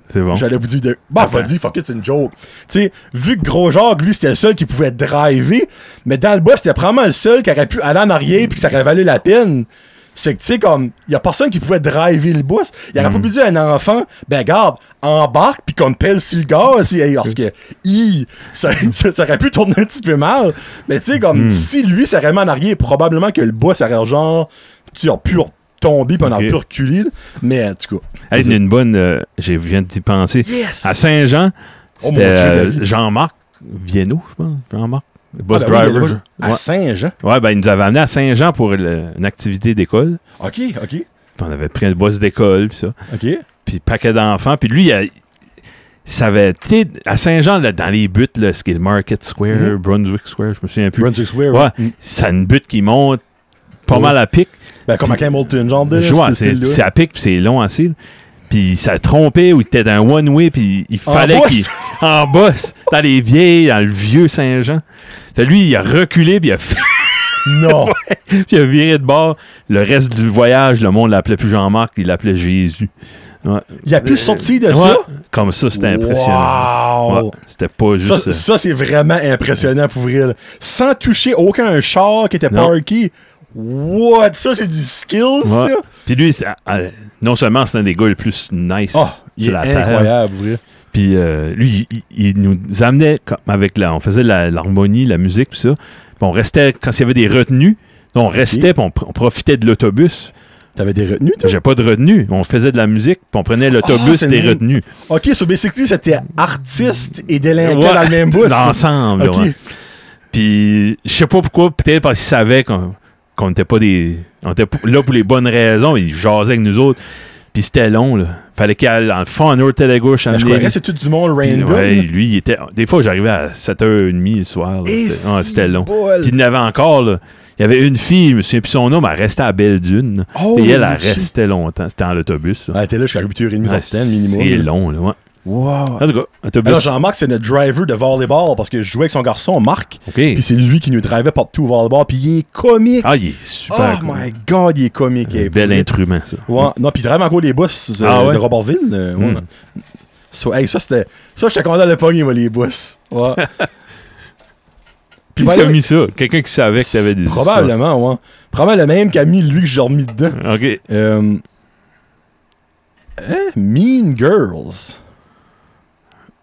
B: C'est bon.
A: j'allais vous dire, de... bah,
B: Attends.
A: vas dire fuck it, c'est une joke. Tu sais, vu que Gros Jacques, lui, c'était le seul qui pouvait driver, mais dans le boss, c'était probablement le seul qui aurait pu aller en arrière puis que ça aurait valu la peine. C'est que, tu sais, comme, il y a personne qui pouvait driver le bus. Il
B: Mm.
A: aurait pas pu dire à un enfant, ben, garde, embarque puis qu'on pèle sur le gaz, et- parce que, hi, ça, ça- ça aurait pu tourner un petit peu mal. Mais, tu sais, comme,
B: Mm.
A: si lui, ça aurait vraiment en arrière, probablement que le boss aurait genre, tu as pu retomber puis on aurait
B: Ok.
A: pu reculer, là. mais, en tout cas.
B: Hey, il y a une bonne. euh, j'ai je viens d'y penser.
A: Yes!
B: À Saint-Jean,
A: Oh, mon
B: c'était
A: Dieu,
B: euh,
A: David.
B: Jean-Marc Vienneau, je pense. Jean-Marc.
A: Ah,
B: le Bus
A: ben oui,
B: driver.
A: le bus-
B: ouais.
A: à Saint-Jean.
B: Ouais, ben, il nous avait amené à Saint-Jean pour le- une activité d'école.
A: OK, OK,
B: Puis on avait pris le bus d'école, puis ça.
A: OK.
B: Puis paquet d'enfants. Puis lui, il, a- il savait. Tu sais, à Saint-Jean, là, dans les buttes, là, ce qui est le Market Square,
A: Mhm.
B: Brunswick Square, je me souviens plus.
A: Brunswick Square.
B: Ouais.
A: Mm.
B: C'est une butte qui monte pas
A: Ouais.
B: mal à pic.
A: Ben, comme à Campbellton, genre de.
B: Je vois,
A: ce
B: c'est
A: style-là.
B: c'est à pic, puis c'est long assez. là. Puis ça trompait, ou il était dans one way, puis il
A: En
B: fallait
A: bosse.
B: qu'il. En bosse, dans les vieilles, dans le vieux Saint-Jean. Fait lui, il a reculé, puis il a, fait-
A: Non.
B: puis il a viré de bord. Le reste du voyage, le monde l'appelait plus Jean-Marc, il l'appelait Jésus. Ouais.
A: Il a pu sortir de
B: Ouais,
A: ça.
B: Comme ça, c'était impressionnant.
A: Wow.
B: Ouais, c'était
A: Ça,
B: pas juste. euh,
A: ça, c'est vraiment impressionnant pour vrai. là. Sans toucher aucun char qui était
B: Non.
A: parké. What? Ça, c'est du skill, ça?
B: ouais. Puis lui, c'est- euh, non seulement c'est un des gars les plus nice
A: Oh, il
B: sur
A: est
B: la terre,
A: incroyable, pour vrai.
B: Puis euh, lui, il, il- il nous amenait comme avec la, on faisait la- l'harmonie, la, musique, puis ça. Puis on restait quand il y avait des retenues. On restait, puis on, pr- on profitait de l'autobus.
A: T'avais des retenues, toi?
B: J'ai pas de retenue. On faisait de la musique, puis on prenait l'autobus
A: Ah, c'est
B: des
A: vrai.
B: retenues.
A: Ok, so basically, c'était artiste et délinquant
B: Ouais.
A: dans le même bus.
B: Ensemble. là,
A: Ok.
B: ouais. Puis je sais pas pourquoi, peut-être parce qu'ils savaient qu'on qu'on n'était pas des. On était p- là pour les bonnes raisons. Ils jasaient avec nous autres. Puis c'était long, là. Fallait qu'il aille dans le fond, en haut, à gauche,
A: Ben, je
B: amener-
A: croyais que c'était tout du monde
B: Puis,
A: random.
B: ouais,
A: là.
B: lui, il était. Des fois, j'arrivais à 7h30 le soir. là.
A: Et
B: C'était ah,
A: si
B: c'était long.
A: bol.
B: Puis il y en avait encore, là. Il y avait une fille, je me souviens plus son nom, mais elle restait à Belle Dune.
A: Oh,
B: et elle, elle
A: oui,
B: restait longtemps. C'était en l'autobus. là.
A: Ah, t'es là jusqu'à 8h30,
B: Ah,
A: certaines, minimum.
B: c'est long, Ah, là. ouais.
A: Wow.
B: En tout cas, autobus.
A: Alors, Jean-Marc, c'est notre driver de volleyball parce que je jouais avec son garçon, Marc.
B: OK.
A: Puis c'est lui qui nous drivait partout au volleyball. Puis il est comique.
B: Ah, il est
A: oh
B: super. cool.
A: my god, il est comique.
B: Un
A: eh.
B: bel instrument, ça.
A: Ouais. Non, puis il drive encore les bus euh,
B: Ah ouais?
A: de Robertville. euh, ouais.
B: Hmm.
A: So, hey, ça, c'était. Ça, j'étais content de le pogner, moi, les bus. Ouais.
B: Qui
A: by
B: a
A: the way,
B: mis ça? Quelqu'un qui savait que t'avais des
A: Probablement, ouais. Probablement le même qui a mis lui que j'ai remis dedans.
B: histoires. OK.
A: Euh, hein, Mean Girls.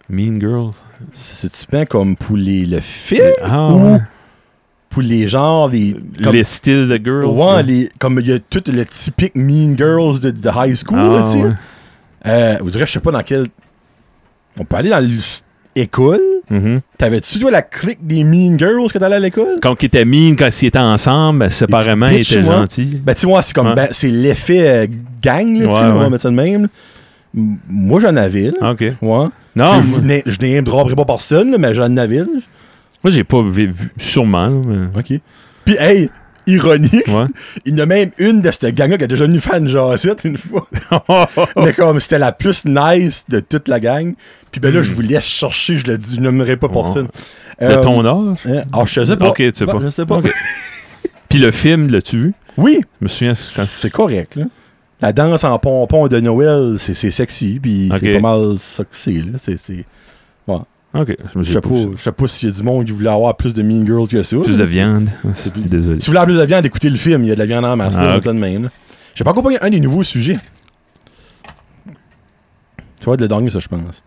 B: Mean Girls.
A: C'est-tu bien comme pour les, le film
B: Ah,
A: ou
B: ouais.
A: pour les genres, les. Comme,
B: Euh, Les styles de girls.
A: ouais,
B: là.
A: les- comme il y a tout le typique Mean Girls de, de high school,
B: Ah,
A: là, tu sais.
B: ouais.
A: Euh, vous direz, je sais pas dans quel. On peut aller dans l'école.
B: Mhm.
A: T'avais-tu, toi, la clique des Mean Girls quand t'allais à l'école?
B: Quand ils étaient mean, quand ils étaient ensemble, ben, séparément, ils
A: bitches,
B: étaient
A: ouais.
B: gentils.
A: Ben, tu sais, moi, c'est comme.
B: Ouais.
A: ben, c'est l'effet euh, gang, là, tu sais,
B: Ouais,
A: on va
B: ouais.
A: mettre ça de même. M- Moi, j'en avais, là.
B: Ah, OK.
A: Ouais.
B: Non,
A: je
B: moi,
A: n'ai- je n'ai droit pas personne, là, mais j'en avais. là.
B: moi, j'ai pas vu, vu- sûrement. là, mais-
A: OK. Puis, hey, ironique,
B: Ouais.
A: il y en a même une de cette gang-là qui a déjà une fan jassette une fois.
B: Oh.
A: Mais comme c'était la plus nice de toute la gang. Puis ben là,
B: Hmm.
A: je vous laisse chercher, je le dis, je nommerai pas
B: Ouais.
A: personne.
B: De
A: Euh,
B: ton âge?
A: euh, ah, je sais pas.
B: Ok, tu sais pas.
A: Je sais pas.
B: Ok. Puis le film, l'as-tu vu?
A: Oui,
B: Je me souviens c'est quand c'est.
A: c'est correct, là. La danse en pompon de Noël, c'est c'est sexy, puis
B: Ok.
A: c'est pas mal ça que c'est, là. C'est- c'est-
B: Ok, je me
A: Je sais pas,
B: souviens pas. vu ça.
A: je sais pas s'il y a du monde qui voulait avoir plus de Mean Girls que ça.
B: Plus de
A: là.
B: viande. Ah, Désolé.
A: Si vous voulez avoir plus de viande, écoutez le film, il y a de la viande en masse,
B: Ah,
A: là,
B: ok.
A: ça de même. là. J'ai pas compris un des nouveaux sujets. Ça va être le dernier, ça, je pense.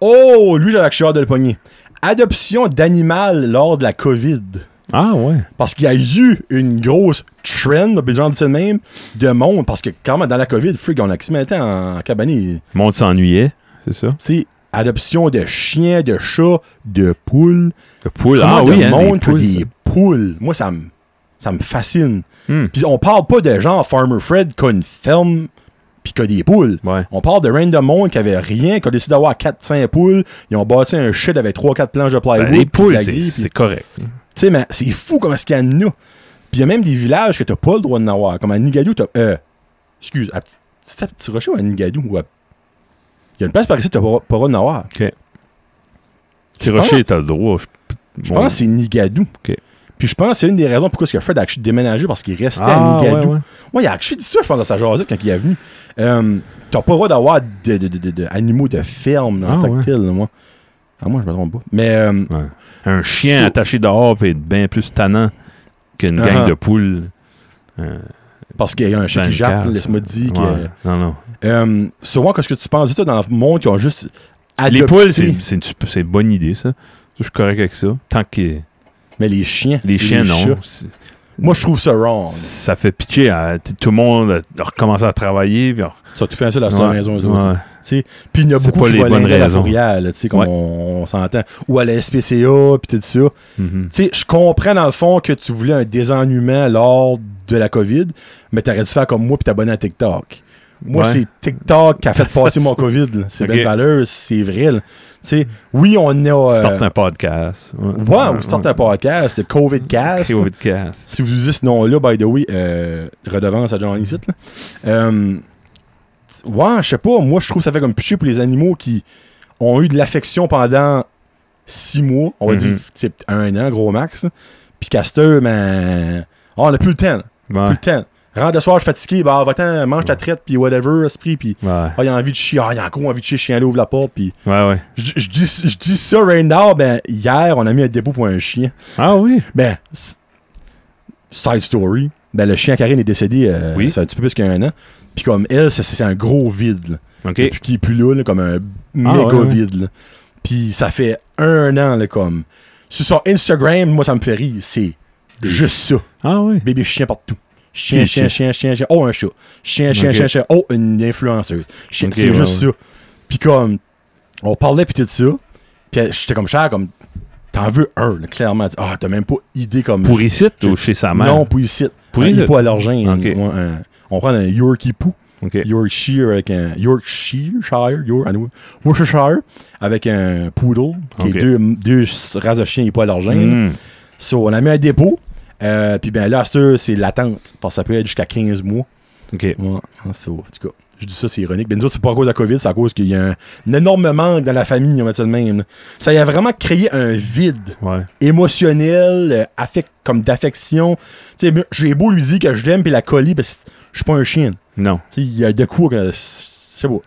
A: Oh, lui, j'avais que je suis hâte de le pogner. Adoption d'animal lors de la COVID.
B: Ah ouais.
A: Parce qu'il y a eu une grosse trend, puis genre de ça de même, de monde. Parce que quand même, dans la COVID, freak, on a qui se mettait en cabanis.
B: Le monde s'ennuyait, c'est ça?
A: C'est adoption de chiens, de chats, de poules.
B: Le poule.
A: Comment
B: Ah
A: le
B: oui, hein,
A: monde
B: des
A: peut
B: poules,
A: des poules. Moi, ça me ça me fascine.
B: ça. Hmm.
A: Puis on parle pas de genre Farmer Fred qui a une ferme puis qui a des poules.
B: Ouais.
A: On parle de Random Monde qui avait rien, qui a décidé d'avoir 4-5 poules. Ils ont bâti un shed avec 3-4 planches de plywood.
B: Ben, les
A: puis de
B: poules,
A: la
B: c'est
A: grille, puis-
B: c'est correct.
A: Tu sais, mais c'est fou comme ce qu'il y en a. Puis il y a même des villages que t'as pas le droit d'en avoir. Comme à Nigadou, t'as. Euh, excuse, à Petit- c'est à Petit Rocher ou à Nigadou ou à. Il y a une place par ici, t'as pas, pas le droit d'en avoir.
B: Petit Rocher, t'as le droit.
A: Je pense que c'est Nigadou.
B: Ok.
A: Puis je pense que c'est une des raisons pourquoi est-ce que Fred a actually déménagé parce qu'il restait à
B: ah, ouais,
A: Nigadou.
B: ouais.
A: Moi, il a actually dit ça, je pense, à sa jasette quand il est venu. Euh, T'as pas le droit d'avoir de, de, de- de- de animaux de ferme dans
B: Ah,
A: tant
B: ouais.
A: que tel, là, moi. Ah, moi, je me trompe pas. Mais euh,
B: Un chien
A: So-
B: attaché dehors peut être bien plus tannant qu'une gang
A: Uh-huh.
B: de poules. euh,
A: parce qu'il y a un chat
B: dans
A: qui
B: une
A: jappe,
B: cage.
A: laisse-moi dire. que-
B: Ben, Ouais. Non, non.
A: Euh, souvent, qu'est-ce que tu penses de ça dans le monde qui ont juste.
B: Les
A: adopté-
B: poules, c'est- c'est une sup- c'est une bonne idée, ça. Je suis correct avec ça. Tant que
A: Mais les chiens.
B: les chiens,
A: chats,
B: non. C'est-
A: Moi, je trouve ça wrong.
B: Ça fait pitié. à- t- Tout le monde a- a recommencé à travailler. puis a-
A: Ça, tu fais ça dans Ah, la
B: Ouais,
A: maison, eux autres.
B: ouais.
A: Puis il y en a
B: C'est
A: beaucoup
B: pas
A: qui
B: les
A: vont à
B: bonnes
A: l'Inde à la
B: raisons.
A: fourrière, là, tu sais, comme
B: Ouais.
A: on, on s'entend. Ou à la SPCA, puis tout ça.
B: Mhm.
A: Tu sais, je comprends dans le fond que tu voulais un désennuement lors de la COVID, mais t'aurais dû faire comme moi puis t'abonner à TikTok. Moi,
B: Ouais.
A: c'est TikTok qui a fait passer mon COVID. là. C'est
B: Ok.
A: belle valeur, c'est vrai. là. Tu sais, oui, on a.
B: Start
A: euh,
B: un podcast. Ouais,
A: Ouais, ou start un podcast, le COVIDcast.
B: Créer un podcast.
A: Si vous usez ce nom-là, by the way, euh, redevance à Johnny Sit. là. Euh, t- ouais, je sais pas. Moi, je trouve que ça fait comme piché pour les animaux qui ont eu de l'affection pendant six mois, on va
B: Mhm.
A: dire c'est peut-être un an, gros max. là. Puis Casteur, ben. ah, on a plus le temps. là,
B: Ouais.
A: Plus le temps. Rentre le soir, je suis fatigué. Bah, va-t'en, mange ta traite, puis whatever, esprit. Puis,
B: Ouais,
A: ah, il a envie de chier. Ah, il a encore envie de chier, chien, là, ouvre la porte. Puis,
B: ouais, ouais.
A: je je dis je dis ça right now. Ben, hier, on a mis un dépôt pour un chien.
B: Ah oui.
A: Ben, s- side story. Ben, le chien à Karine est décédé, euh,
B: Oui.
A: ça fait un petit peu plus qu'un an. Puis comme elle, c'est- c'est un gros vide. Là.
B: OK.
A: Depuis qu'il est plus là, là, comme un méga
B: Ah, ouais, ouais.
A: vide. là. Puis ça fait un an, là, comme. Sur son Instagram, moi, ça me fait rire. C'est juste ça.
B: Ah oui.
A: Bébé chien partout. Chien,
B: Puis
A: chien,
B: le
A: chien, chien, chien. Oh, un chat. Chien, chien,
B: Ok.
A: chien, chien. Oh, une influenceuse. Chien,
B: Ok,
A: c'est
B: ouais,
A: juste ça. Puis comme, on parlait, puis tout ça. Puis j'étais comme cher, comme, t'en veux un, là, clairement. Ah, t'as même pas idée comme.
B: Pour ici ou chez sa mère?
A: Non, pour ici.
B: Pour
A: un
B: ici.
A: hippo allergène.
B: Ok.
A: Ouais, un- on prend un Yorkie Poo,
B: OK.
A: Yorkshire avec un Yorkshire, Shire, York, anyway, Worcestershire avec un poodle, qui
B: Ok.
A: est deux, deux races de chiens hippo allergènes.
B: Mm.
A: So, on a mis un dépôt. euh, puis ben là, à cette heure, c'est l'attente. Parce que ça peut être jusqu'à 15 mois.
B: OK.
A: Ouais, hein, so, en tout cas, je dis ça, c'est ironique. Ben nous autres, c'est pas à cause de la COVID, c'est à cause qu'il y a un, un énorme manque dans la famille, on va dire ça de même. là. Ça y a vraiment créé un vide
B: Ouais.
A: émotionnel, euh, affect, comme d'affection. Tu sais, mais j'ai beau lui dire que je l'aime puis la coller, parce que je suis pas un chien.
B: Non.
A: Tu sais, il y a de coups que c'est beau.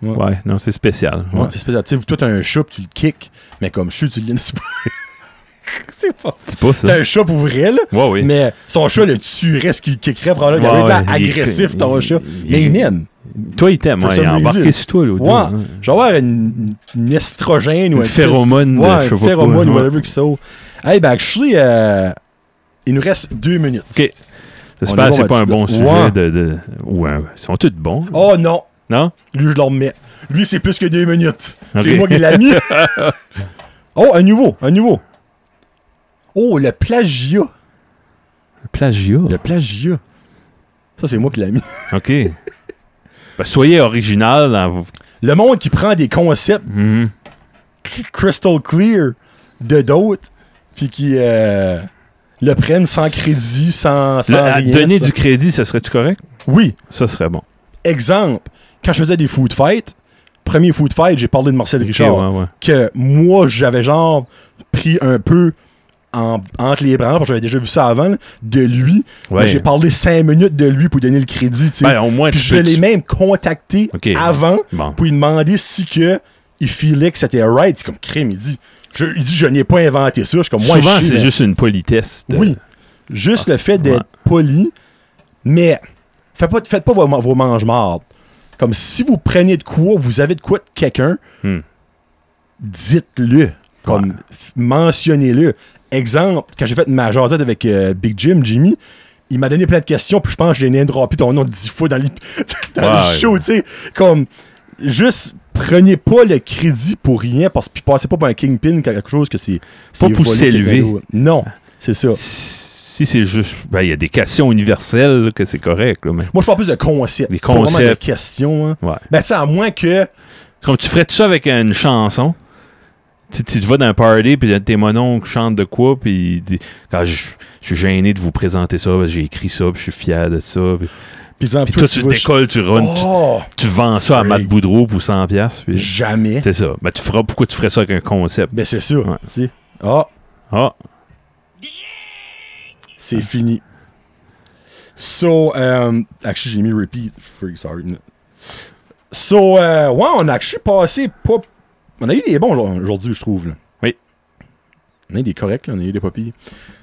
B: Ouais. Non, c'est spécial. Ouais.
A: Ouais, C'est spécial. Tu sais, toi, t'as un chat puis tu le kicks, mais comme chou, tu le c'est pas. c'est pas.
B: Dis pas ça.
A: T'as un chat pour vrai, là,
B: Ouais, oui.
A: mais son chat le tuerait, ce qu'il kickerait probablement. Il
B: Ouais,
A: aurait été
B: ouais, il est-
A: agressif, ton
B: il-
A: chat.
B: il-
A: Mais il m'aime.
B: Toi, il t'aime.
A: For
B: ouais,
A: some
B: il a embarqué
A: reason.
B: sur toi, l'autre.
A: Ouais.
B: gars, hein.
A: Je vais avoir une, une estrogène ou
B: Une
A: un
B: phéromone. de
A: Ouais,
B: je sais
A: une
B: pas quoi.
A: phéromone ou
B: Ouais.
A: whatever que ça. Hey, ben, actually, euh, il nous reste deux minutes.
B: Ok. J'espère
A: On est
B: que c'est
A: bon
B: pas un
A: là-dessus, là.
B: bon sujet
A: Ouais.
B: de. de- Ouais, ils sont tous bons.
A: Oh non!
B: Non?
A: Lui, je le remets. Lui, c'est plus que deux minutes. C'est
B: Ok.
A: moi qui l'ai mis. oh, un nouveau, un nouveau. Oh, le plagiat.
B: Plagiat.
A: Le plagiat. Ça, c'est moi qui l'ai mis.
B: OK. Ben, soyez original hein. dans vos.
A: Le monde qui prend des concepts
B: Mhm.
A: cl- crystal clear de d'autres, puis qui euh, le prennent sans crédit, sans, sans
B: Le- à
A: rien,
B: donner
A: ça.
B: du crédit, ça serait-tu correct?
A: Oui,
B: Ça serait bon.
A: exemple, quand je faisais des food fights, premier food fight, j'ai parlé de Marcel Richard.
B: Ok, ouais, ouais.
A: que moi, j'avais genre pris un peu en- entre les branches, parce que j'avais déjà vu ça avant, là, de lui.
B: Ouais.
A: Mais J'ai parlé cinq minutes de lui pour donner le crédit, tu sais.
B: Ben, au moins,
A: Puis
B: tu
A: je
B: peux-
A: l'ai même contacté
B: Ok.
A: avant
B: Bon.
A: pour lui demander si que il filait que c'était right. C'est comme crime, il dit. Je, il dit, je n'ai pas inventé ça. Je suis comme, moi,
B: Souvent,
A: je sais,
B: c'est
A: mais-
B: juste une politesse. de-
A: Oui. euh, Juste
B: Ah,
A: le fait d'être poli, mais faites pas, faites pas vos, vos manges morts. Comme si vous prenez de quoi, vous avez de quoi de quelqu'un,
B: Hmm.
A: dites-le. Comme
B: Ouais.
A: f- mentionnez-le. Exemple, quand j'ai fait ma jasette avec euh, Big Jim, Jimmy, il m'a donné plein de questions, puis je pense que j'ai name droppé ton nom dix fois dans les, dans les
B: Ouais.
A: shows, tu sais. Comme, juste, prenez pas le crédit pour rien, parce que puis passez pas pour un kingpin, quelque chose que c'est... c'est
B: pour
A: volé quelqu'un
B: s'élever.
A: d'autre. Non, c'est ça.
B: Si c'est juste. ben, Il y a des questions universelles là, que c'est correct. là, mais-
A: Moi, je parle plus de concepts.
B: Des
A: pas vraiment
B: concepts.
A: de questions. hein.
B: Ouais.
A: Ben, tu sais, à moins que.
B: C'est Comme tu ferais ça avec une chanson. Tu, tu vas dans un party, puis tes mononcle chante de quoi, puis il dit Quand je, je suis gêné de vous présenter ça, parce que j'ai écrit ça, puis je suis fier de ça. Puis,
A: Puis, disant,
B: puis
A: toi,
B: toi,
A: tu
B: tu
A: vas-
B: décolles, tu runs,
A: Oh,
B: tu, tu vends ça à Matt
A: Freak.
B: Boudreau pour 100$. piastres, Puis,
A: jamais.
B: c'est ça. Ben, tu feras, pourquoi tu ferais ça avec un concept
A: Ben, c'est ça.
B: Ouais.
A: tu sais. Ah,
B: Ah,
A: c'est fini. So, um, actually, j'ai mis repeat. Freak, sorry. So, euh, ouais, on a actually passé pas. On a eu des bons genre, aujourd'hui, je trouve. là.
B: Oui.
A: On a eu des corrects, là, on a eu des papiers.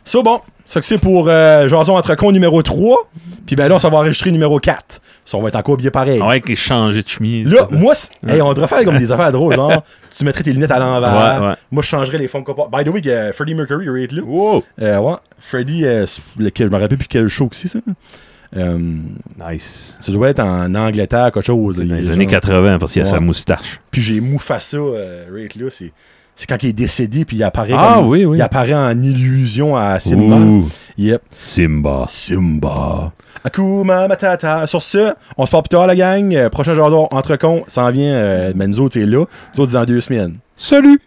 A: So, bon, ça que c'est pour euh, Jason entre cons numéro 3. Puis, ben là, on s'en va enregistrer numéro 4. Ça, on va être encore bien pareil.
B: ouais, que changer de chemise.
A: Là,
B: ça.
A: moi, c'est- hey, on devrait faire comme des affaires drôles, genre, tu mettrais tes lunettes à l'envers.
B: Ouais, ouais.
A: Moi, je changerais les Funko Pop. By the way, euh, Freddie Mercury, il aurait été là.
B: Wow!
A: Euh, ouais, Freddie, euh, s- lequel, je me rappelle plus quel show que c'est, ça. Euh,
B: Nice.
A: ça doit être en Angleterre, quelque chose.
B: Dans
A: Il est
B: les
A: genre-
B: années 80, parce qu'il y a
A: Ouais.
B: sa moustache.
A: Puis j'ai Mufasa, euh, Rate là, c'est, c'est quand il est décédé, puis il apparaît,
B: Ah,
A: comme-
B: oui, oui.
A: il apparaît en illusion à Simba.
B: Ouh,
A: Yep.
B: Simba.
A: Simba. Akuma Matata. Sur ce, on se parle plus tard, la gang. Euh, prochain genre entre cons, s'en vient. Euh, mais nous autres, c'est là. Nous autres, c'est dans deux semaines.
B: Salut!